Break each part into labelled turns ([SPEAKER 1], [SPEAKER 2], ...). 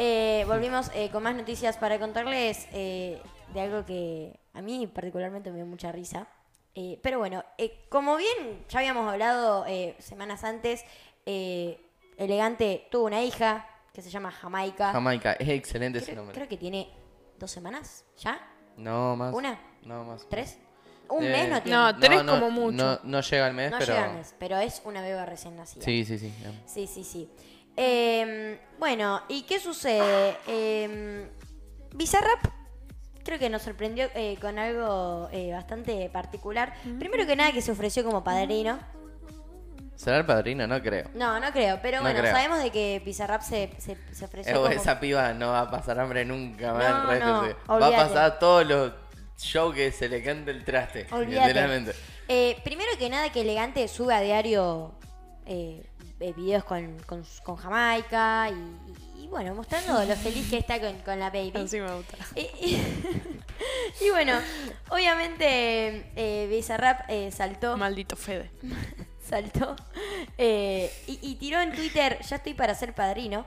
[SPEAKER 1] Eh, volvimos eh, con más noticias para contarles eh, de algo que a mí particularmente me dio mucha risa. Eh, pero bueno, eh, como bien ya habíamos hablado eh, semanas antes, eh, Elegante tuvo una hija que se llama Jamaica.
[SPEAKER 2] Jamaica, es excelente ese
[SPEAKER 1] creo,
[SPEAKER 2] nombre.
[SPEAKER 1] creo que tiene dos semanas ya,
[SPEAKER 2] No, más.
[SPEAKER 1] ¿Una?
[SPEAKER 2] No, más.
[SPEAKER 1] tres. Un
[SPEAKER 2] Debe-
[SPEAKER 1] mes no tiene.
[SPEAKER 3] No, tres como mucho.
[SPEAKER 2] No, no llega al mes,
[SPEAKER 1] No
[SPEAKER 2] Eh, pero.
[SPEAKER 1] llega al mes, pero es una beba recién nacida.
[SPEAKER 2] Sí, sí, sí. ya.
[SPEAKER 1] Sí, sí, sí. Eh, bueno, ¿y qué sucede? Eh, Bizarrap creo que nos sorprendió eh, con algo eh, bastante particular. Primero que nada que se ofreció como padrino.
[SPEAKER 2] ¿Será el padrino? No creo.
[SPEAKER 1] No, no creo, pero
[SPEAKER 2] No
[SPEAKER 1] bueno,
[SPEAKER 2] creo.
[SPEAKER 1] sabemos de que Bizarrap se, se, se ofreció
[SPEAKER 2] Eh,
[SPEAKER 1] como...
[SPEAKER 2] esa piba no va a pasar hambre nunca, más
[SPEAKER 1] No,
[SPEAKER 2] el resto
[SPEAKER 1] no,
[SPEAKER 2] de- Va
[SPEAKER 1] olvídate.
[SPEAKER 2] a pasar todos los shows que se le cante el traste.
[SPEAKER 1] Olvídate.
[SPEAKER 2] Literalmente.
[SPEAKER 1] Eh, primero que nada que Elegante sube a diario eh, eh, videos con, con, con Jamaica y, y- y bueno, mostrando lo feliz que está con, con la baby.
[SPEAKER 3] Encima gusta.
[SPEAKER 1] Y, y- y bueno, obviamente eh, Bizarrap eh, saltó,
[SPEAKER 3] Maldito Fede.
[SPEAKER 1] saltó eh, y, y tiró en Twitter, ya estoy para ser padrino,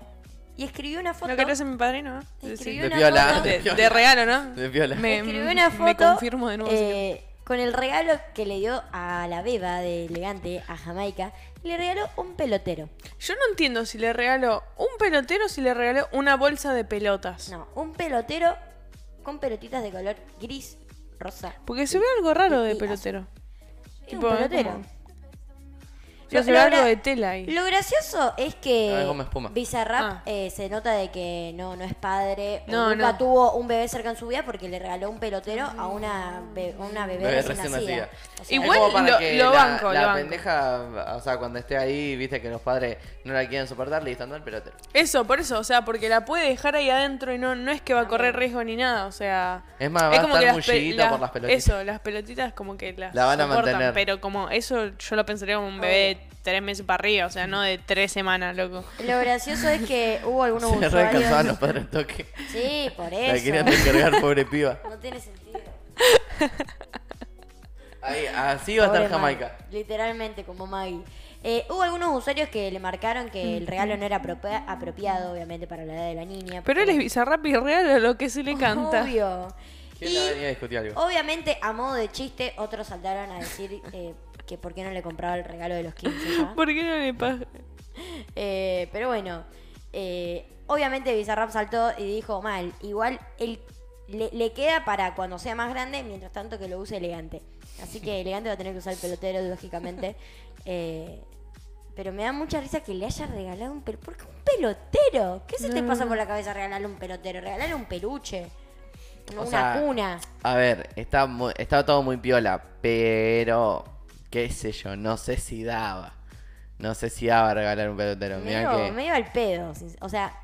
[SPEAKER 1] y escribió una foto.
[SPEAKER 3] ¿No querés ser mi padrino?
[SPEAKER 1] escribió
[SPEAKER 3] Sí.
[SPEAKER 1] una
[SPEAKER 2] De piola.
[SPEAKER 1] foto-
[SPEAKER 3] De, de regalo, ¿no?
[SPEAKER 2] De piola.
[SPEAKER 3] Me-
[SPEAKER 1] escribió una foto
[SPEAKER 3] Me confirmo de nuevo. sí.
[SPEAKER 1] eh, con el regalo que le dio a la beba de elegante a Jamaica, le regaló un pelotero.
[SPEAKER 3] Yo no entiendo si le regalo un pelotero o si le regalo una bolsa de pelotas.
[SPEAKER 1] No, un pelotero con pelotitas de color gris, rosa.
[SPEAKER 3] Porque se ve algo raro
[SPEAKER 1] Y-
[SPEAKER 3] de
[SPEAKER 1] y
[SPEAKER 3] pelotero.
[SPEAKER 1] Es
[SPEAKER 3] Tipo,
[SPEAKER 1] un
[SPEAKER 3] es
[SPEAKER 1] pelotero.
[SPEAKER 3] como- O
[SPEAKER 1] Lo-
[SPEAKER 3] sea, se
[SPEAKER 1] lo
[SPEAKER 3] ve algo
[SPEAKER 1] gra-
[SPEAKER 3] de tela ahí.
[SPEAKER 1] Lo gracioso es que
[SPEAKER 2] Ah, como espuma.
[SPEAKER 1] Bizarrap
[SPEAKER 3] Ah.
[SPEAKER 1] eh, se nota de que no, no es padre, o
[SPEAKER 3] No,
[SPEAKER 1] nunca
[SPEAKER 3] no. Mm.
[SPEAKER 1] tuvo un bebé cerca en su vida porque le regaló un pelotero a una, be- una bebé,
[SPEAKER 2] Bebé
[SPEAKER 1] recién,
[SPEAKER 2] recién
[SPEAKER 1] nacida.
[SPEAKER 2] nacida.
[SPEAKER 1] O sea,
[SPEAKER 3] Igual
[SPEAKER 2] Es como
[SPEAKER 3] lo-
[SPEAKER 2] que
[SPEAKER 3] lo
[SPEAKER 2] la,
[SPEAKER 3] banco,
[SPEAKER 2] la
[SPEAKER 3] lo banco.
[SPEAKER 2] pendeja, o sea, cuando esté ahí, viste que los padres no la quieren soportar, le están dando el pelotero.
[SPEAKER 3] Eso, por eso, o sea, porque la puede dejar ahí adentro y no, no es que va a correr riesgo ni nada, o sea.
[SPEAKER 2] Es más, Ah, va a estar muy
[SPEAKER 3] pe-
[SPEAKER 2] chiquita por las pelotitas.
[SPEAKER 3] Eso, las pelotitas como que las.
[SPEAKER 2] La van a mantener.
[SPEAKER 3] Pero como eso yo lo pensaría como un bebé de tres meses para arriba, o sea, no de tres semanas, loco.
[SPEAKER 1] Lo gracioso es que hubo algunos
[SPEAKER 2] Se recansaban
[SPEAKER 1] usuarios.
[SPEAKER 2] los padres al toque.
[SPEAKER 1] Sí, por
[SPEAKER 2] La querían
[SPEAKER 1] eso.
[SPEAKER 2] descargar, pobre piba.
[SPEAKER 1] No tiene sentido.
[SPEAKER 2] Ahí, así va a
[SPEAKER 1] Pobre
[SPEAKER 2] estar Jamaica.
[SPEAKER 1] Maggie, literalmente, como Maggie. Eh, hubo algunos usuarios que le marcaron que
[SPEAKER 3] Mm.
[SPEAKER 1] el regalo no era apropia- apropiado, obviamente, para la edad de la niña.
[SPEAKER 3] Pero él es bizarrap y real a lo que se le canta.
[SPEAKER 1] Obvio.
[SPEAKER 2] ¿Quién
[SPEAKER 1] Y-
[SPEAKER 2] la venía a discutir algo?
[SPEAKER 1] Obviamente, a modo de chiste, otros saltaron a decir eh, que por qué no le compraba el regalo de los 15 ya.
[SPEAKER 3] ¿Por qué no le pasa?
[SPEAKER 1] Eh, pero bueno, eh, obviamente Bizarrap saltó y dijo, mal, igual él le, le queda para cuando sea más grande, mientras tanto que lo use elegante. Así que elegante va a tener que usar el pelotero, lógicamente. Eh, pero me da mucha risa que le haya regalado un pelotero. ¿Por qué un pelotero? ¿Qué se te pasa por la cabeza regalarle un pelotero? Regalarle un peluche.
[SPEAKER 2] O
[SPEAKER 1] una
[SPEAKER 2] sea,
[SPEAKER 1] cuna.
[SPEAKER 2] A ver, está, mu- está todo muy piola, pero qué sé yo, no sé si daba. No sé si daba regalar un pelotero. Mirá
[SPEAKER 1] Medio,
[SPEAKER 2] que.
[SPEAKER 1] medio al pedo. sin- O sea,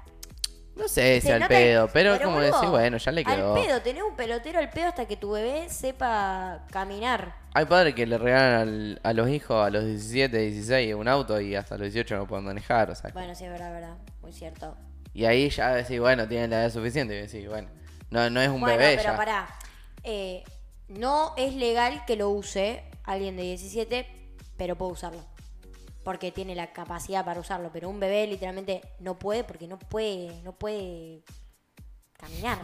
[SPEAKER 2] No sé si
[SPEAKER 1] se
[SPEAKER 2] al
[SPEAKER 1] nota-
[SPEAKER 2] pedo, pero, es como
[SPEAKER 1] boludo,
[SPEAKER 2] decir, bueno, ya le quedó.
[SPEAKER 1] Al pedo, tenés un pelotero al pedo hasta que tu bebé sepa caminar.
[SPEAKER 2] Hay padres que le regalan al- a los hijos a los 17, 16 un auto y hasta los 18 no pueden manejar, o sea.
[SPEAKER 1] Bueno, sí, es verdad, verdad. Muy cierto.
[SPEAKER 2] Y ahí ya decís, bueno, tienen la edad suficiente. Y decís, bueno, no, no es un
[SPEAKER 1] bueno,
[SPEAKER 2] bebé
[SPEAKER 1] pero
[SPEAKER 2] ya.
[SPEAKER 1] pará. Eh, no es legal que lo use alguien de 17, pero puede usarlo. Porque tiene la capacidad para usarlo. Pero un bebé literalmente no puede porque no puede, no puede caminar.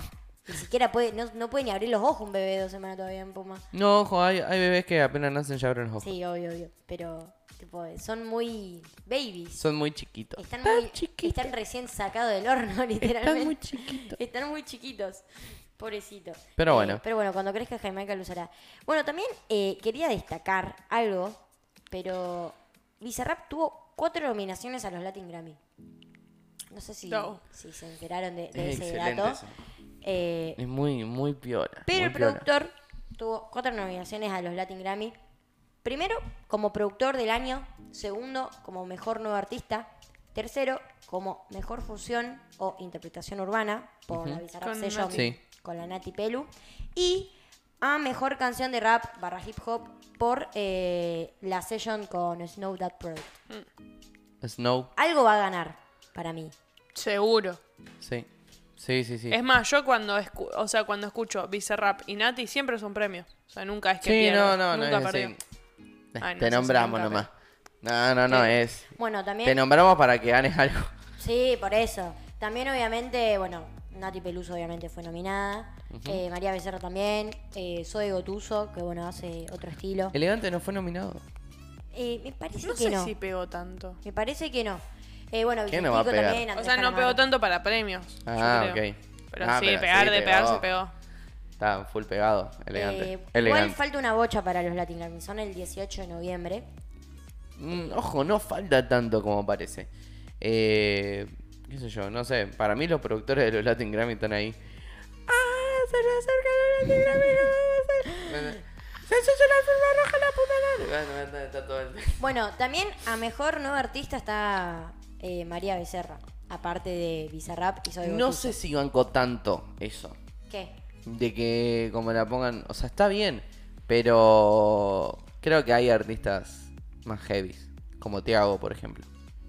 [SPEAKER 1] Ni siquiera puede, no, no puede ni abrir los ojos un bebé de dos semanas todavía en Puma.
[SPEAKER 2] No, ojo, hay, hay bebés que apenas nacen ya abren los ojos.
[SPEAKER 1] Sí, obvio, obvio. Pero, tipo, son muy babies.
[SPEAKER 2] Son muy chiquitos.
[SPEAKER 1] Están, muy, están recién sacados del horno, literalmente.
[SPEAKER 2] Están muy chiquitos.
[SPEAKER 1] Están muy chiquitos. Pobrecito.
[SPEAKER 2] Pero
[SPEAKER 1] Eh,
[SPEAKER 2] bueno.
[SPEAKER 1] pero bueno, cuando crezca Jamaica lo usará. Bueno, también eh, quería destacar algo, pero Bizarrap tuvo cuatro nominaciones a los Latin Grammy. No sé si,
[SPEAKER 3] No.
[SPEAKER 1] si se enteraron de, de
[SPEAKER 2] Es
[SPEAKER 1] ese
[SPEAKER 2] excelente
[SPEAKER 1] dato.
[SPEAKER 2] eso.
[SPEAKER 1] Eh,
[SPEAKER 2] Es muy, muy piola.
[SPEAKER 1] pero
[SPEAKER 2] muy
[SPEAKER 1] el
[SPEAKER 2] piola.
[SPEAKER 1] productor tuvo cuatro nominaciones a los Latin Grammy. Primero, como productor del año. Segundo, como mejor nuevo artista. Tercero, como mejor fusión o interpretación urbana por la Bizarrap
[SPEAKER 3] Con
[SPEAKER 1] Session
[SPEAKER 2] Nati. Sí.
[SPEAKER 1] con la Nati Pelu. Y a mejor canción de rap barra hip hop por eh, la Session con Snow That Product.
[SPEAKER 2] Snow,
[SPEAKER 1] Algo va a ganar para mí.
[SPEAKER 3] Seguro.
[SPEAKER 2] sí. Sí, sí, sí.
[SPEAKER 3] Es más, yo cuando, escu- o sea, cuando escucho Bizarrap y Nati siempre son premios. O sea, nunca es
[SPEAKER 2] sí,
[SPEAKER 3] que pierda,
[SPEAKER 2] no, no,
[SPEAKER 3] nunca
[SPEAKER 2] no. es
[SPEAKER 3] perdió.
[SPEAKER 2] así. Eh,
[SPEAKER 3] Ay, no sé
[SPEAKER 2] Te
[SPEAKER 3] si
[SPEAKER 2] nombramos
[SPEAKER 3] nunca,
[SPEAKER 2] nomás. No, no, no,
[SPEAKER 3] Sí.
[SPEAKER 2] es.
[SPEAKER 1] Bueno, también.
[SPEAKER 2] Te nombramos para que ganes algo.
[SPEAKER 1] Sí, por eso. También, obviamente, bueno, Nati Peluso obviamente fue nominada. Eh, María Becerra también. Eh, Zoe Gotuso, que bueno, hace otro estilo.
[SPEAKER 2] Elegante no fue nominado.
[SPEAKER 1] Eh, me parece
[SPEAKER 3] No
[SPEAKER 1] que
[SPEAKER 3] sé
[SPEAKER 1] no.
[SPEAKER 3] si pegó tanto.
[SPEAKER 1] Me parece que no. Eh, bueno,
[SPEAKER 2] ¿Quién no va a
[SPEAKER 1] Vicentico
[SPEAKER 2] pegar?
[SPEAKER 1] también,
[SPEAKER 3] O
[SPEAKER 1] Andrés
[SPEAKER 3] sea, no
[SPEAKER 1] Calamaro.
[SPEAKER 3] pegó tanto para premios. yo
[SPEAKER 2] Ah,
[SPEAKER 3] creo.
[SPEAKER 2] ok.
[SPEAKER 3] Pero
[SPEAKER 2] Ah,
[SPEAKER 3] sí,
[SPEAKER 2] pero
[SPEAKER 3] pegar
[SPEAKER 2] sí,
[SPEAKER 3] de pegar
[SPEAKER 2] pegó.
[SPEAKER 3] se pegó.
[SPEAKER 2] Está full pegado. Elegante.
[SPEAKER 1] Eh, igual
[SPEAKER 2] Elegante.
[SPEAKER 1] falta una bocha para los Latin Grammys. Son el 18 de noviembre.
[SPEAKER 2] Mm, ojo, no falta tanto como parece. Eh, qué sé yo, no sé. Para mí los productores de los Latin Grammy están ahí. ¡Ah! ¡Se le acercan los Latin Grammy! no va a ser! ¡Se hizo la alfombra roja la puta madre! Bueno, está todo el-
[SPEAKER 1] Bueno, también a mejor nuevo artista está eh, María Becerra. Aparte de Bizarrap y Soy
[SPEAKER 2] No sé si banco tanto eso.
[SPEAKER 1] ¿Qué?
[SPEAKER 2] De que como la pongan... O sea, está bien. Pero creo que hay artistas más heavies. Como Tiago, por ejemplo.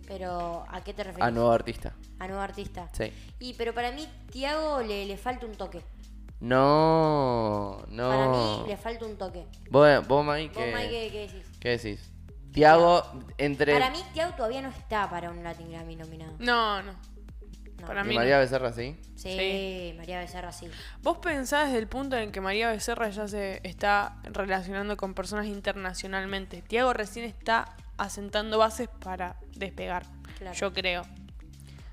[SPEAKER 1] Pero, ¿a qué te refieres?
[SPEAKER 2] Ah, nuevo artista.
[SPEAKER 1] A nuevo artista.
[SPEAKER 2] Sí.
[SPEAKER 1] Y pero para mí, Tiago le, le falta un toque.
[SPEAKER 2] No,
[SPEAKER 1] Para
[SPEAKER 2] no.
[SPEAKER 1] mí le falta un toque.
[SPEAKER 2] Vos, vos, Mike,
[SPEAKER 1] ¿Vos,
[SPEAKER 2] ¿qué,
[SPEAKER 1] Mike, qué, qué decís?
[SPEAKER 2] qué decís? Tiago, entre.
[SPEAKER 1] Para mí, Tiago todavía no está para un Latin Grammy nominado.
[SPEAKER 3] No, no.
[SPEAKER 1] No.
[SPEAKER 3] Mm, Para
[SPEAKER 2] y
[SPEAKER 3] mí. no.
[SPEAKER 2] María Becerra, sí.
[SPEAKER 1] Sí,
[SPEAKER 3] Sí.
[SPEAKER 1] María Becerra sí.
[SPEAKER 3] ¿Vos pensás desde el punto en el que María Becerra ya se está relacionando con personas internacionalmente? Tiago recién está asentando bases para despegar,
[SPEAKER 1] Claro.
[SPEAKER 3] yo creo.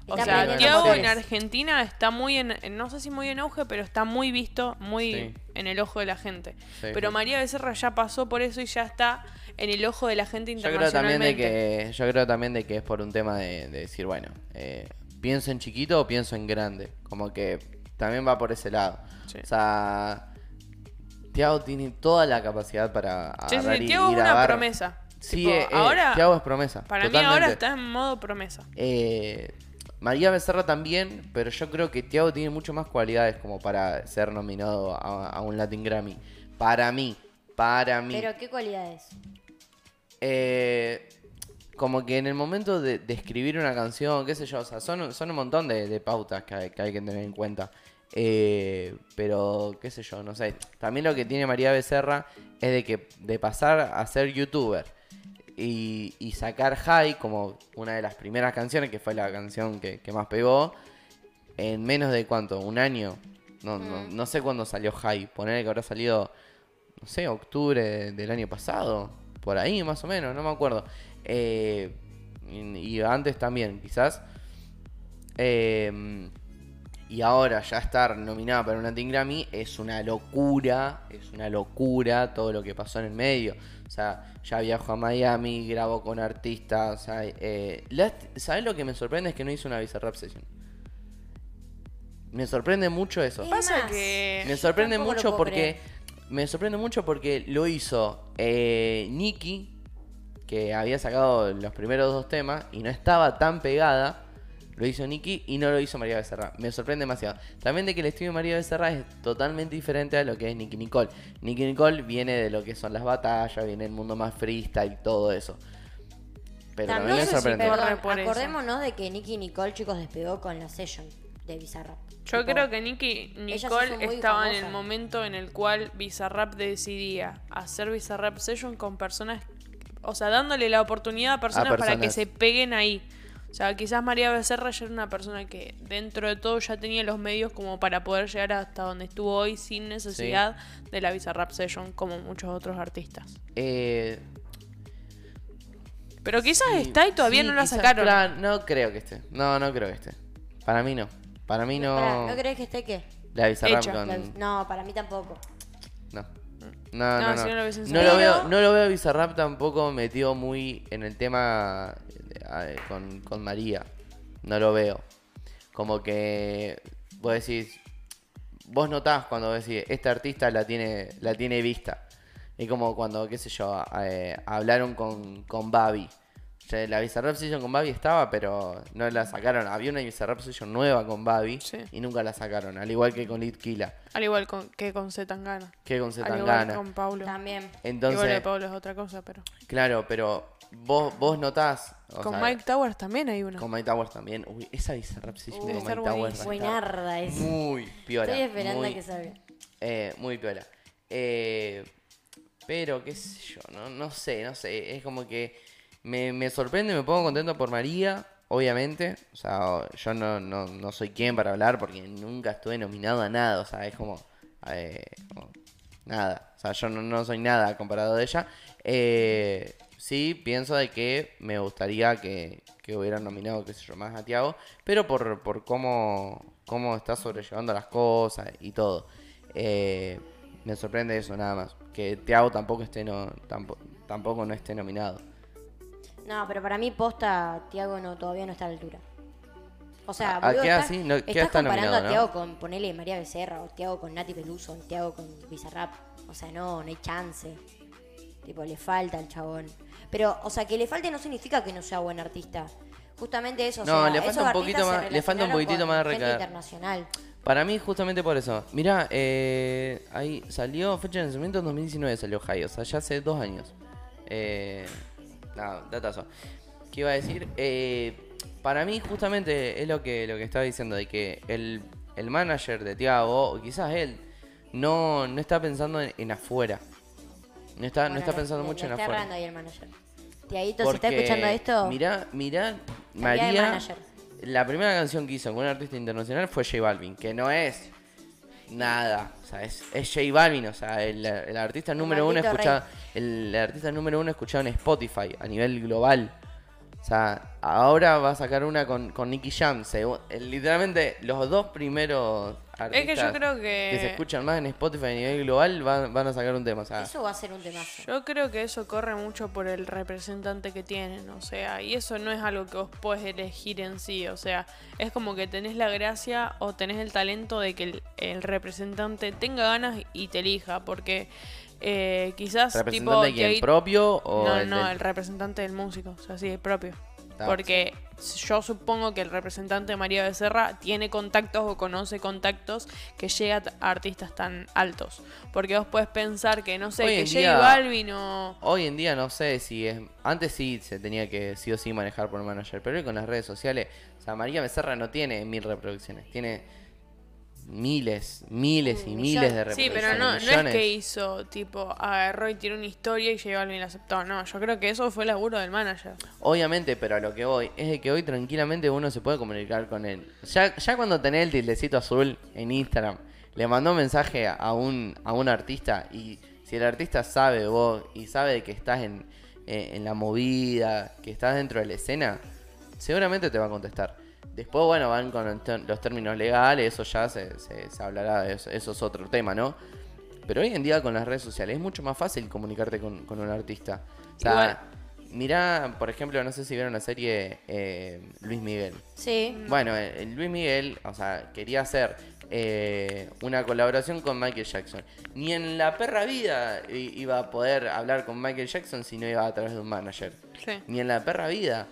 [SPEAKER 3] O
[SPEAKER 1] Está
[SPEAKER 3] sea,
[SPEAKER 1] aprendiendo
[SPEAKER 3] Tiago
[SPEAKER 1] cosas.
[SPEAKER 3] en Argentina está muy en, en- no sé si muy en auge, pero está muy visto, muy
[SPEAKER 2] Sí.
[SPEAKER 3] en el ojo de la gente.
[SPEAKER 2] Sí,
[SPEAKER 3] pero
[SPEAKER 2] sí.
[SPEAKER 3] María Becerra ya pasó por eso y ya está en el ojo de la gente
[SPEAKER 2] Yo creo también
[SPEAKER 3] internacionalmente.
[SPEAKER 2] de que. Yo creo también de que es por un tema de, de decir, bueno, eh, pienso en chiquito o pienso en grande. Como que también va por ese lado.
[SPEAKER 3] Sí.
[SPEAKER 2] O sea. Tiago tiene toda la capacidad para
[SPEAKER 3] Sí, sí,
[SPEAKER 2] agarrar y
[SPEAKER 3] Tiago es
[SPEAKER 2] ir a
[SPEAKER 3] una
[SPEAKER 2] bar.
[SPEAKER 3] promesa.
[SPEAKER 2] Sí,
[SPEAKER 3] Tipo,
[SPEAKER 2] eh, eh,
[SPEAKER 3] ahora-
[SPEAKER 2] Tiago es promesa.
[SPEAKER 3] Para mí
[SPEAKER 2] totalmente.
[SPEAKER 3] ahora está en modo promesa.
[SPEAKER 2] Eh, María Becerra también, pero yo creo que Tiago tiene mucho más cualidades como para ser nominado a, a un Latin Grammy. Para mí, para mí.
[SPEAKER 1] Pero, ¿qué cualidades?
[SPEAKER 2] Eh, como que en el momento de, de escribir una canción, qué sé yo, o sea, son, son un montón de, de pautas que hay, que hay que tener en cuenta. Eh, pero, qué sé yo, no sé. También lo que tiene María Becerra es de que de pasar a ser youtuber y, y sacar High como una de las primeras canciones, que fue la canción que, que más pegó, en menos de cuánto, un año. No, no, no sé cuándo salió High. Poner que habrá salido no sé, octubre de- del año pasado, por ahí más o menos, no me acuerdo. Eh, y, y antes también, quizás. Eh, y ahora ya estar nominada para un Latin Grammy es una locura, es una locura todo lo que pasó en el medio. O sea, ya viajo a Miami, grabo con artistas. o sea, eh, last- ¿Sabes lo que me sorprende? Es que no hice una Bizarrap Session. Me sorprende mucho eso.
[SPEAKER 1] Es
[SPEAKER 3] Pasa
[SPEAKER 1] más,
[SPEAKER 3] que-
[SPEAKER 2] Me sorprende
[SPEAKER 1] Eh, Tampoco lo
[SPEAKER 2] mucho
[SPEAKER 1] puedo
[SPEAKER 2] porque. Me sorprende mucho porque lo hizo eh, Nicky, que había sacado los primeros dos temas y no estaba tan pegada. Lo hizo Nicky y no lo hizo María Becerra. Me sorprende demasiado. También de que el estilo de María Becerra es totalmente diferente a lo que es Nicky Nicole. Nicky Nicole viene de lo que son las batallas, viene del mundo más freestyle y todo eso. Pero
[SPEAKER 1] Tam-
[SPEAKER 2] también
[SPEAKER 1] no
[SPEAKER 2] me
[SPEAKER 1] sé si
[SPEAKER 2] sorprende.
[SPEAKER 1] perdón,
[SPEAKER 3] Corre por eso.
[SPEAKER 1] acordémonos de que Nicky Nicole, chicos, despegó con la session de Bizarrap.
[SPEAKER 3] Yo
[SPEAKER 1] Tipo,
[SPEAKER 3] creo que Nicky
[SPEAKER 1] se hizo
[SPEAKER 3] Nicole
[SPEAKER 1] muy
[SPEAKER 3] estaba en
[SPEAKER 1] famosa.
[SPEAKER 3] el momento en el cual Bizarrap decidía hacer Bizarrap Session con personas, o sea, dándole la oportunidad a personas, para que
[SPEAKER 2] personas.
[SPEAKER 3] se peguen ahí. O sea, quizás María Becerra ya era una persona que dentro de todo ya tenía los medios como para poder llegar hasta donde estuvo hoy sin necesidad de la Bizarrap Session como muchos otros artistas.
[SPEAKER 2] Eh,
[SPEAKER 3] Pero quizás
[SPEAKER 2] Sí,
[SPEAKER 3] está y todavía
[SPEAKER 2] sí,
[SPEAKER 3] no la
[SPEAKER 2] quizás,
[SPEAKER 3] sacaron.
[SPEAKER 2] claro, no creo que esté. No, no creo que esté. Para mí no. Para mí no.
[SPEAKER 1] Pará, ¿No crees que esté qué?
[SPEAKER 2] La Bizarrap
[SPEAKER 3] Hecha.
[SPEAKER 2] con-
[SPEAKER 1] La- No, para mí tampoco.
[SPEAKER 2] No. No, no,
[SPEAKER 3] Mm. No,
[SPEAKER 2] no.
[SPEAKER 3] si no lo hubiesen
[SPEAKER 2] No lo
[SPEAKER 3] sacado.
[SPEAKER 2] veo,
[SPEAKER 3] Pero-
[SPEAKER 2] no lo veo a Bizarrap tampoco metido muy en el tema eh, con, con María. No lo veo. Como que vos decís, vos notás cuando decís, este artista la tiene, la tiene vista. Es como cuando, qué sé yo, eh, hablaron con, con Babi. Ya La Bizarrap Session con Babi estaba, pero no la sacaron. Había una Bizarrap Session nueva con Babi
[SPEAKER 3] Sí.
[SPEAKER 2] y nunca la sacaron. Al igual que con Litquila,
[SPEAKER 3] Al igual con- que con Zetangana.
[SPEAKER 2] que con
[SPEAKER 3] Al igual
[SPEAKER 2] Zetangana.
[SPEAKER 3] con Paulo.
[SPEAKER 1] También.
[SPEAKER 2] Entonces,
[SPEAKER 3] Igual de Paulo es otra cosa, pero...
[SPEAKER 2] claro, pero vos, vos notás. o
[SPEAKER 3] con
[SPEAKER 2] sea,
[SPEAKER 3] Mike Towers también hay una.
[SPEAKER 2] Con Mike Towers también. Uy, esa bizarrap session
[SPEAKER 3] Uh,
[SPEAKER 2] con
[SPEAKER 3] debe
[SPEAKER 2] Mike
[SPEAKER 3] estar
[SPEAKER 2] Towers. va a estar
[SPEAKER 1] Buenarda es.
[SPEAKER 2] Muy piola.
[SPEAKER 1] Estoy esperando
[SPEAKER 2] muy,
[SPEAKER 1] a que salga.
[SPEAKER 2] eh, muy piola. Eh, pero, qué sé yo, no, no sé, no sé. Es como que me, me sorprende, me pongo contento por María. obviamente, o sea, o- yo no, no, no soy quien para hablar porque nunca estuve nominado a nada, o sea, es como, eh, como nada, o sea, yo no, no soy nada comparado a ella. Eh, sí, pienso de que me gustaría que, que hubieran nominado, qué sé yo, más a Tiago, pero por, por cómo, cómo está sobrellevando las cosas y todo. Eh, me sorprende eso nada más, que Tiago tampoco esté no, tampo- tampoco no esté nominado.
[SPEAKER 1] No, pero para mí posta, Tiago no, todavía no está a la altura. O sea,
[SPEAKER 2] ¿A- a
[SPEAKER 1] boludo,
[SPEAKER 2] qué
[SPEAKER 1] estás-
[SPEAKER 2] Ah, así? No- qué
[SPEAKER 1] estás
[SPEAKER 2] está
[SPEAKER 1] comparando
[SPEAKER 2] nominado,
[SPEAKER 1] a
[SPEAKER 2] no?
[SPEAKER 1] Tiago con, ponele, María Becerra, o Tiago con Nati Peluso, o Tiago con Bizarrap. O sea, no, no hay chance. Tipo, le falta al chabón. Pero, o sea, que le falte no significa que no sea buen artista. Justamente eso. o
[SPEAKER 2] No,
[SPEAKER 1] sea,
[SPEAKER 2] le falta
[SPEAKER 1] esos
[SPEAKER 2] un
[SPEAKER 1] artistas
[SPEAKER 2] poquito
[SPEAKER 1] se
[SPEAKER 2] más- le falta un
[SPEAKER 1] relacionaron
[SPEAKER 2] poquitito
[SPEAKER 1] con
[SPEAKER 2] más de
[SPEAKER 1] gente
[SPEAKER 2] recaer.
[SPEAKER 1] internacional.
[SPEAKER 2] Para mí, justamente por eso. Mirá, eh, ahí salió fecha de lanzamiento en 2019, salió High, o sea, ya hace dos años. Eh, nada, datazo. ¿Qué iba a decir? Eh, para mí, justamente, es lo que, lo que estaba diciendo, de que el, el manager de Tiago, o quizás él, no, no está pensando en, en afuera. No está, Ah, no
[SPEAKER 1] Bueno,
[SPEAKER 2] está
[SPEAKER 1] lo-
[SPEAKER 2] pensando
[SPEAKER 1] lo- lo
[SPEAKER 2] mucho en
[SPEAKER 1] está
[SPEAKER 2] afuera.
[SPEAKER 1] errando ahí el manager. Tiaguito, si está
[SPEAKER 2] Porque
[SPEAKER 1] escuchando esto,
[SPEAKER 2] Mirá, mirá,
[SPEAKER 1] Cambiá de
[SPEAKER 2] María.
[SPEAKER 1] manager.
[SPEAKER 2] La primera canción que hizo con un artista internacional fue J Balvin, que no es nada. O sea, es, es J Balvin, o sea, el, el artista número uno
[SPEAKER 1] maldito
[SPEAKER 2] escuchado. El, artista número uno escuchado en Spotify a nivel global. O sea, ahora va a sacar una con, con Nicky Jam. segu- eh, literalmente, los dos primeros artistas
[SPEAKER 3] que yo creo que-
[SPEAKER 2] se escuchan más en Spotify a nivel global van, van a sacar un tema. O sea,
[SPEAKER 1] eso va a ser un temazo.
[SPEAKER 3] Yo creo que eso corre mucho por el representante que tienen, o sea, y eso no es algo que vos podés elegir en sí, o sea, es como que tenés la gracia o tenés el talento de que el, el representante tenga ganas y te elija, porque eh, quizás tipo...
[SPEAKER 2] ¿Representante de quién?
[SPEAKER 3] Jade-
[SPEAKER 2] ¿Propio o
[SPEAKER 3] no,
[SPEAKER 2] el
[SPEAKER 3] no,
[SPEAKER 2] del-
[SPEAKER 3] el representante del músico, o sea, sí, el propio.
[SPEAKER 2] Está.
[SPEAKER 3] Porque yo supongo que el representante de María Becerra tiene contactos o conoce contactos que llega a artistas tan altos. Porque vos puedes pensar que, no sé,
[SPEAKER 2] Hoy en
[SPEAKER 3] que J
[SPEAKER 2] día-
[SPEAKER 3] Balvin o...
[SPEAKER 2] Hoy en día no sé si es. Antes sí se tenía que sí o sí manejar por un manager, pero hoy con las redes sociales. O sea, María Becerra no tiene mil reproducciones, tiene miles, miles y
[SPEAKER 1] Un
[SPEAKER 2] miles de
[SPEAKER 1] millón.
[SPEAKER 2] reproducciones.
[SPEAKER 3] Mm, Sí, pero no, no es
[SPEAKER 2] millones.
[SPEAKER 3] que hizo, tipo, agarró y tiró una historia y J Balvin la aceptó. No, yo creo que eso fue laburo del manager.
[SPEAKER 2] Obviamente, pero a lo que voy es de que hoy tranquilamente uno se puede comunicar con él. Ya, ya cuando tenés el tildecito azul en Instagram, le mandó un mensaje a un, a un artista y si el artista sabe de vos y sabe que estás en, eh, en la movida, que estás dentro de la escena, seguramente te va a contestar. Después, bueno, van con los ter- los términos legales, eso ya se, se- se hablará, eso, eso es otro tema, ¿no? Pero hoy en día con las redes sociales es mucho más fácil comunicarte con, con un artista. O sea,
[SPEAKER 3] Igual-
[SPEAKER 2] Mirá, por ejemplo, no sé si vieron la serie eh, Luis Miguel.
[SPEAKER 1] Sí.
[SPEAKER 2] Bueno, eh, Luis Miguel, o sea, quería hacer eh, una colaboración con Michael Jackson. Ni en la perra vida i- iba a poder hablar con Michael Jackson si no iba a través de un manager.
[SPEAKER 3] Sí.
[SPEAKER 2] Ni en la perra vida.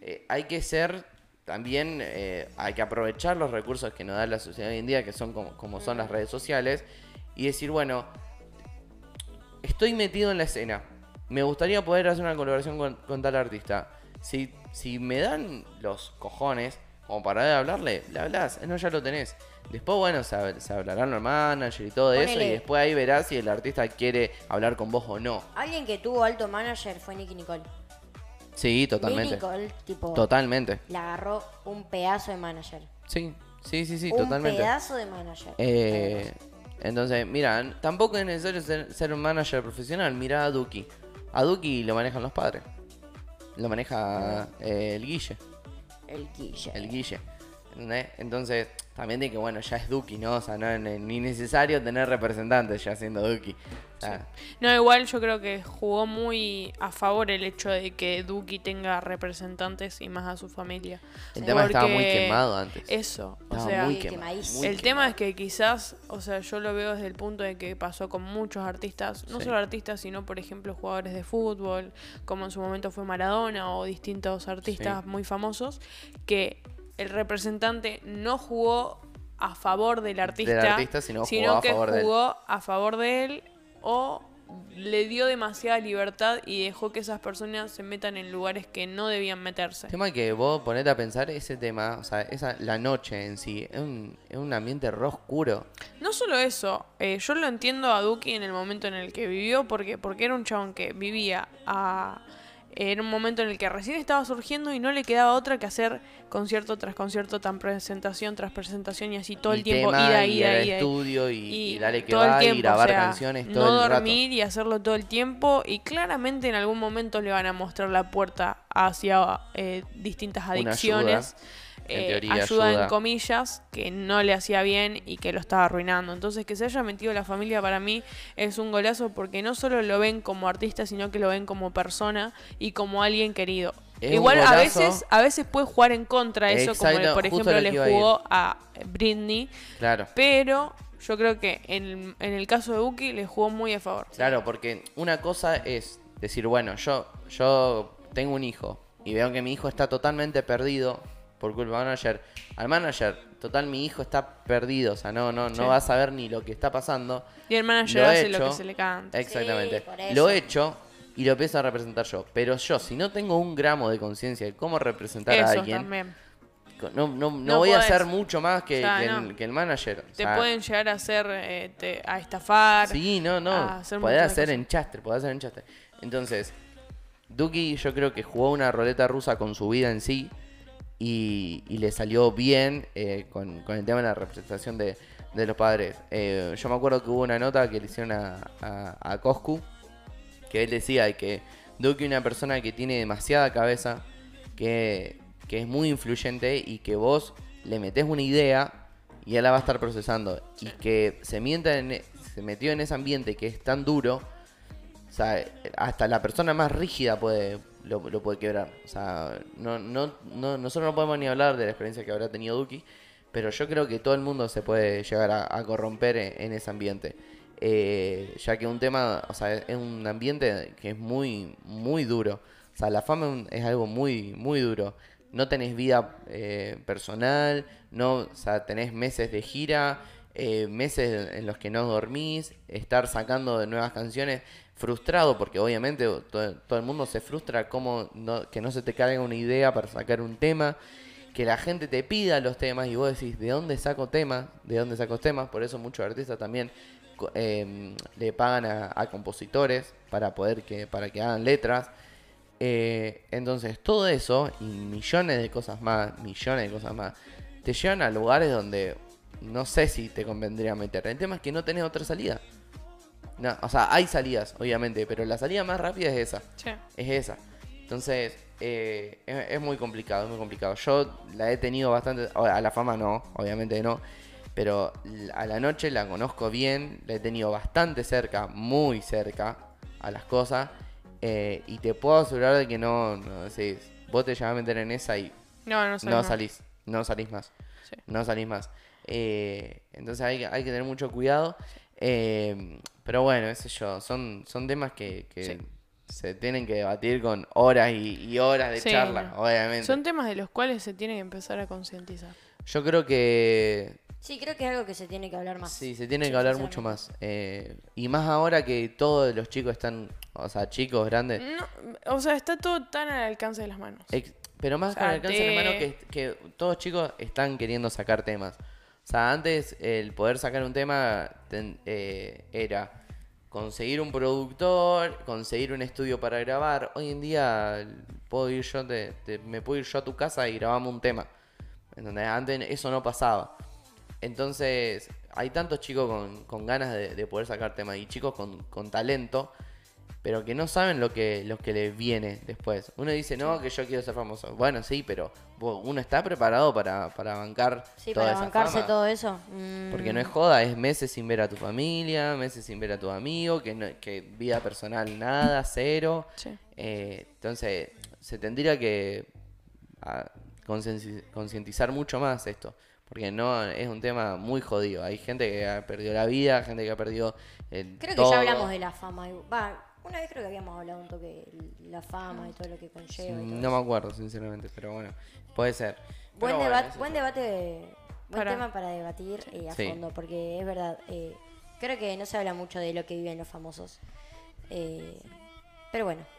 [SPEAKER 2] Eh, hay que ser también, eh, hay que aprovechar los recursos que nos da la sociedad hoy en día, que son como, como son las redes sociales, y decir, bueno, estoy metido en la escena. Me gustaría poder hacer una colaboración con, con tal artista. Si, si me dan los cojones como para hablarle, le hablas, no ya lo tenés. Después, bueno, se, hab- se hablarán los managers y todo eso, y
[SPEAKER 1] Ponele.
[SPEAKER 2] después ahí verás si el artista quiere hablar con vos o no.
[SPEAKER 1] Alguien que tuvo alto manager fue Nicky Nicole.
[SPEAKER 2] Sí, totalmente.
[SPEAKER 1] Nicky Nicole, tipo,
[SPEAKER 2] Totalmente.
[SPEAKER 1] le agarró un pedazo de manager.
[SPEAKER 2] Sí, sí, sí, sí,
[SPEAKER 1] un
[SPEAKER 2] totalmente.
[SPEAKER 1] pedazo de manager.
[SPEAKER 2] Eh, entonces, mira, n- tampoco es necesario ser, ser un manager profesional. Mira a Duki. A Duki lo manejan los padres. Lo maneja eh, el Guille.
[SPEAKER 1] el Guille.
[SPEAKER 2] El Guille. ¿entendés? Entonces, también de que, bueno, ya es Duki, ¿no? O sea, no es ne- ni necesario tener representantes ya siendo Duki. O sea,
[SPEAKER 3] No, igual yo creo que jugó muy a favor el hecho de que Duki tenga representantes y más a su familia.
[SPEAKER 2] El tema estaba muy
[SPEAKER 3] Porque
[SPEAKER 2] quemado antes.
[SPEAKER 3] Eso, o
[SPEAKER 2] estaba
[SPEAKER 3] sea,
[SPEAKER 2] muy
[SPEAKER 1] Sí,
[SPEAKER 2] quemado,
[SPEAKER 1] quemadísimo.
[SPEAKER 2] muy
[SPEAKER 3] el tema es que quizás, o sea, yo lo veo desde el punto de que pasó con muchos artistas, no
[SPEAKER 2] Sí.
[SPEAKER 3] solo artistas, sino por ejemplo jugadores de fútbol, como en su momento fue Maradona o distintos artistas muy famosos, que el representante no jugó a favor del artista,
[SPEAKER 2] artista, sino jugó a
[SPEAKER 3] que
[SPEAKER 2] favor de él.
[SPEAKER 3] jugó a favor de él o le dio demasiada libertad y dejó que esas personas se metan en lugares que no debían meterse.
[SPEAKER 2] El tema que vos ponete a pensar ese tema, o sea, esa, la noche en sí, es un, es un ambiente re oscuro.
[SPEAKER 3] No solo eso, eh, yo lo entiendo a Duki en el momento en el que vivió, porque, porque era un chabón que vivía a, Era un momento en el que recién estaba surgiendo y no le quedaba otra que hacer concierto tras concierto, tan presentación tras presentación y así todo el,
[SPEAKER 2] Y
[SPEAKER 3] tiempo,
[SPEAKER 2] tema,
[SPEAKER 3] ida,
[SPEAKER 2] y
[SPEAKER 3] ida,
[SPEAKER 2] el
[SPEAKER 3] ida.
[SPEAKER 2] estudio y, y dale que
[SPEAKER 3] todo el
[SPEAKER 2] va
[SPEAKER 3] tiempo,
[SPEAKER 2] y grabar
[SPEAKER 3] o sea,
[SPEAKER 2] canciones todo
[SPEAKER 3] no
[SPEAKER 2] el rato.
[SPEAKER 3] dormir y hacerlo todo el tiempo y claramente en algún momento le van a mostrar la puerta hacia eh, distintas
[SPEAKER 2] ayuda,
[SPEAKER 3] adicciones
[SPEAKER 2] en
[SPEAKER 3] eh,
[SPEAKER 2] teoría,
[SPEAKER 3] ayuda,
[SPEAKER 2] ayuda.
[SPEAKER 3] en comillas que no le hacía bien y que lo estaba arruinando entonces que se haya metido la familia para mí es un golazo porque no solo lo ven como artista sino que lo ven como persona y como alguien querido
[SPEAKER 2] Es un
[SPEAKER 3] igual a
[SPEAKER 2] golazo.
[SPEAKER 3] veces a veces puede jugar en contra eso como
[SPEAKER 2] Exacto,
[SPEAKER 3] por
[SPEAKER 2] justo
[SPEAKER 3] ejemplo
[SPEAKER 2] lo que
[SPEAKER 3] le
[SPEAKER 2] iba a ir.
[SPEAKER 3] jugó a Britney
[SPEAKER 2] Claro.
[SPEAKER 3] pero yo creo que en, en el caso de Buki le jugó muy a favor.
[SPEAKER 2] Claro, porque una cosa es decir, bueno, yo, yo tengo un hijo y veo que mi hijo está totalmente perdido por culpa del manager. Al manager, total, mi hijo está perdido, o sea, no, no,
[SPEAKER 3] Sí.
[SPEAKER 2] no va a saber ni lo que está pasando.
[SPEAKER 3] Y el manager
[SPEAKER 2] Lo he
[SPEAKER 3] hace lo que
[SPEAKER 2] hecho.
[SPEAKER 3] se le canta.
[SPEAKER 2] Exactamente.
[SPEAKER 1] Sí, por eso.
[SPEAKER 2] lo he hecho y lo empiezo a representar yo. Pero yo, si no tengo un gramo de conciencia de cómo representar a
[SPEAKER 3] Eso
[SPEAKER 2] alguien,
[SPEAKER 3] también.
[SPEAKER 2] co- no, no, no
[SPEAKER 3] No
[SPEAKER 2] voy a
[SPEAKER 3] podés.
[SPEAKER 2] hacer mucho más que,
[SPEAKER 3] Ya,
[SPEAKER 2] que
[SPEAKER 3] no.
[SPEAKER 2] el, que el manager. O
[SPEAKER 3] Te
[SPEAKER 2] sea,
[SPEAKER 3] pueden llegar a hacer, eh, te- a estafar.
[SPEAKER 2] Sí, no,
[SPEAKER 3] a
[SPEAKER 2] no.
[SPEAKER 3] hacer un
[SPEAKER 2] podés
[SPEAKER 3] montón de
[SPEAKER 2] hacer
[SPEAKER 3] cosas.
[SPEAKER 2] enchastre, podés hacer enchastre. Entonces, Duki yo creo que jugó una roleta rusa con su vida en sí y, y le salió bien eh, con, con el tema de la representación de, de los padres. Eh, yo me acuerdo que hubo una nota que le hicieron a, a, a Coscu que él decía que Duki es una persona que tiene demasiada cabeza, que, que es muy influyente y que vos le metés una idea y él la va a estar procesando. Y que se, mienta en- e, se metió en ese ambiente que es tan duro, o sea, hasta la persona más rígida puede lo, lo puede quebrar. O sea, no, no, no, nosotros no podemos ni hablar de la experiencia que habrá tenido Duki, pero yo creo que todo el mundo se puede llegar a, a corromper en, en ese ambiente. Eh, ya que un tema, o sea, es un ambiente que es muy, muy duro. O sea, la fama es un- es algo muy, muy duro. No tenés vida eh, personal, no, o sea, tenés meses de gira, eh, meses en los que no dormís, estar sacando de nuevas canciones, frustrado, porque obviamente todo, todo el mundo se frustra como no- que no se te caiga una idea para sacar un tema, que la gente te pida los temas y vos decís, ¿de dónde saco temas? ¿De dónde saco temas? Por eso muchos artistas también co- em, le pagan a, a compositores para poder que, para que hagan letras. Eh, entonces, todo eso y millones de cosas más, millones de cosas más, te llevan a lugares donde no sé si te convendría meter. El tema es que no tenés otra salida. No, o sea, hay salidas, obviamente, pero la salida más rápida es esa.
[SPEAKER 3] Sí.
[SPEAKER 2] Es esa. Entonces, eh, es, es muy complicado, es muy complicado. Yo la he tenido bastante. o- A la fama no, obviamente no. Pero l- a la noche la conozco bien, la he tenido bastante cerca, muy cerca a las cosas. eh, y te puedo asegurar de que no, no decís, vos te llevas a meter en esa y
[SPEAKER 3] No, no, sé,
[SPEAKER 2] no
[SPEAKER 3] no.
[SPEAKER 2] salís, no salís más.
[SPEAKER 3] Sí.
[SPEAKER 2] No salís más. Eh, entonces hay, que- hay que tener mucho cuidado. Eh, pero bueno, qué sé yo, son, son temas que, que
[SPEAKER 3] Sí.
[SPEAKER 2] se tienen que debatir con horas y, y horas de
[SPEAKER 3] Sí,
[SPEAKER 2] charla,
[SPEAKER 3] no.
[SPEAKER 2] obviamente.
[SPEAKER 3] Son temas de los cuales se tiene que empezar a concientizar.
[SPEAKER 2] Yo creo que
[SPEAKER 1] Sí, creo que es algo que se tiene que hablar más.
[SPEAKER 2] sí, se tiene que hablar mucho más. Eh, y más ahora que todos los chicos están, o sea, chicos, grandes.
[SPEAKER 3] No, o sea, está todo tan al alcance de las manos.
[SPEAKER 2] Ex- Pero más
[SPEAKER 3] O sea,
[SPEAKER 2] con el alcance de la mano
[SPEAKER 3] te-
[SPEAKER 2] que, que todos chicos están queriendo sacar temas. O sea, antes el poder sacar un tema ten- eh, era conseguir un productor, conseguir un estudio para grabar. Hoy en día puedo ir yo, te- te- me puedo ir yo a tu casa y grabamos un tema. ¿Entendés? Antes eso no pasaba. Entonces, hay tantos chicos con, con ganas de, de poder sacar temas y chicos con, con talento, pero que no saben lo que, lo que les viene después. Uno dice, no, que yo quiero ser famoso. Bueno, sí, pero vos- uno está preparado para, para bancar
[SPEAKER 1] Sí,
[SPEAKER 2] toda
[SPEAKER 1] para
[SPEAKER 2] esa
[SPEAKER 1] bancarse
[SPEAKER 2] fama.
[SPEAKER 1] todo eso. mm,
[SPEAKER 2] Porque no es joda, es meses sin ver a tu familia, meses sin ver a tu amigo, que, no- que vida personal nada, cero.
[SPEAKER 3] Sí.
[SPEAKER 2] Eh, entonces, se tendría que ah, concienci- concientizar mucho más esto. Porque no es un tema muy jodido. Hay gente que ha perdido la vida, gente que ha perdido el
[SPEAKER 1] Creo que
[SPEAKER 2] todo.
[SPEAKER 1] ya hablamos de la fama. y- Va, una vez creo que habíamos hablado un toque de la fama y todo lo que conlleva. y todo
[SPEAKER 2] Mm, No me acuerdo, sinceramente, pero bueno, puede ser.
[SPEAKER 1] Buen,
[SPEAKER 2] Pero bueno,
[SPEAKER 1] debate,
[SPEAKER 2] eso
[SPEAKER 1] buen
[SPEAKER 2] fue.
[SPEAKER 1] debate, buen
[SPEAKER 3] Para-
[SPEAKER 1] tema para debatir eh, a
[SPEAKER 2] Sí.
[SPEAKER 1] fondo, porque es verdad, eh, creo que no se habla mucho de lo que viven los famosos. Eh, pero bueno,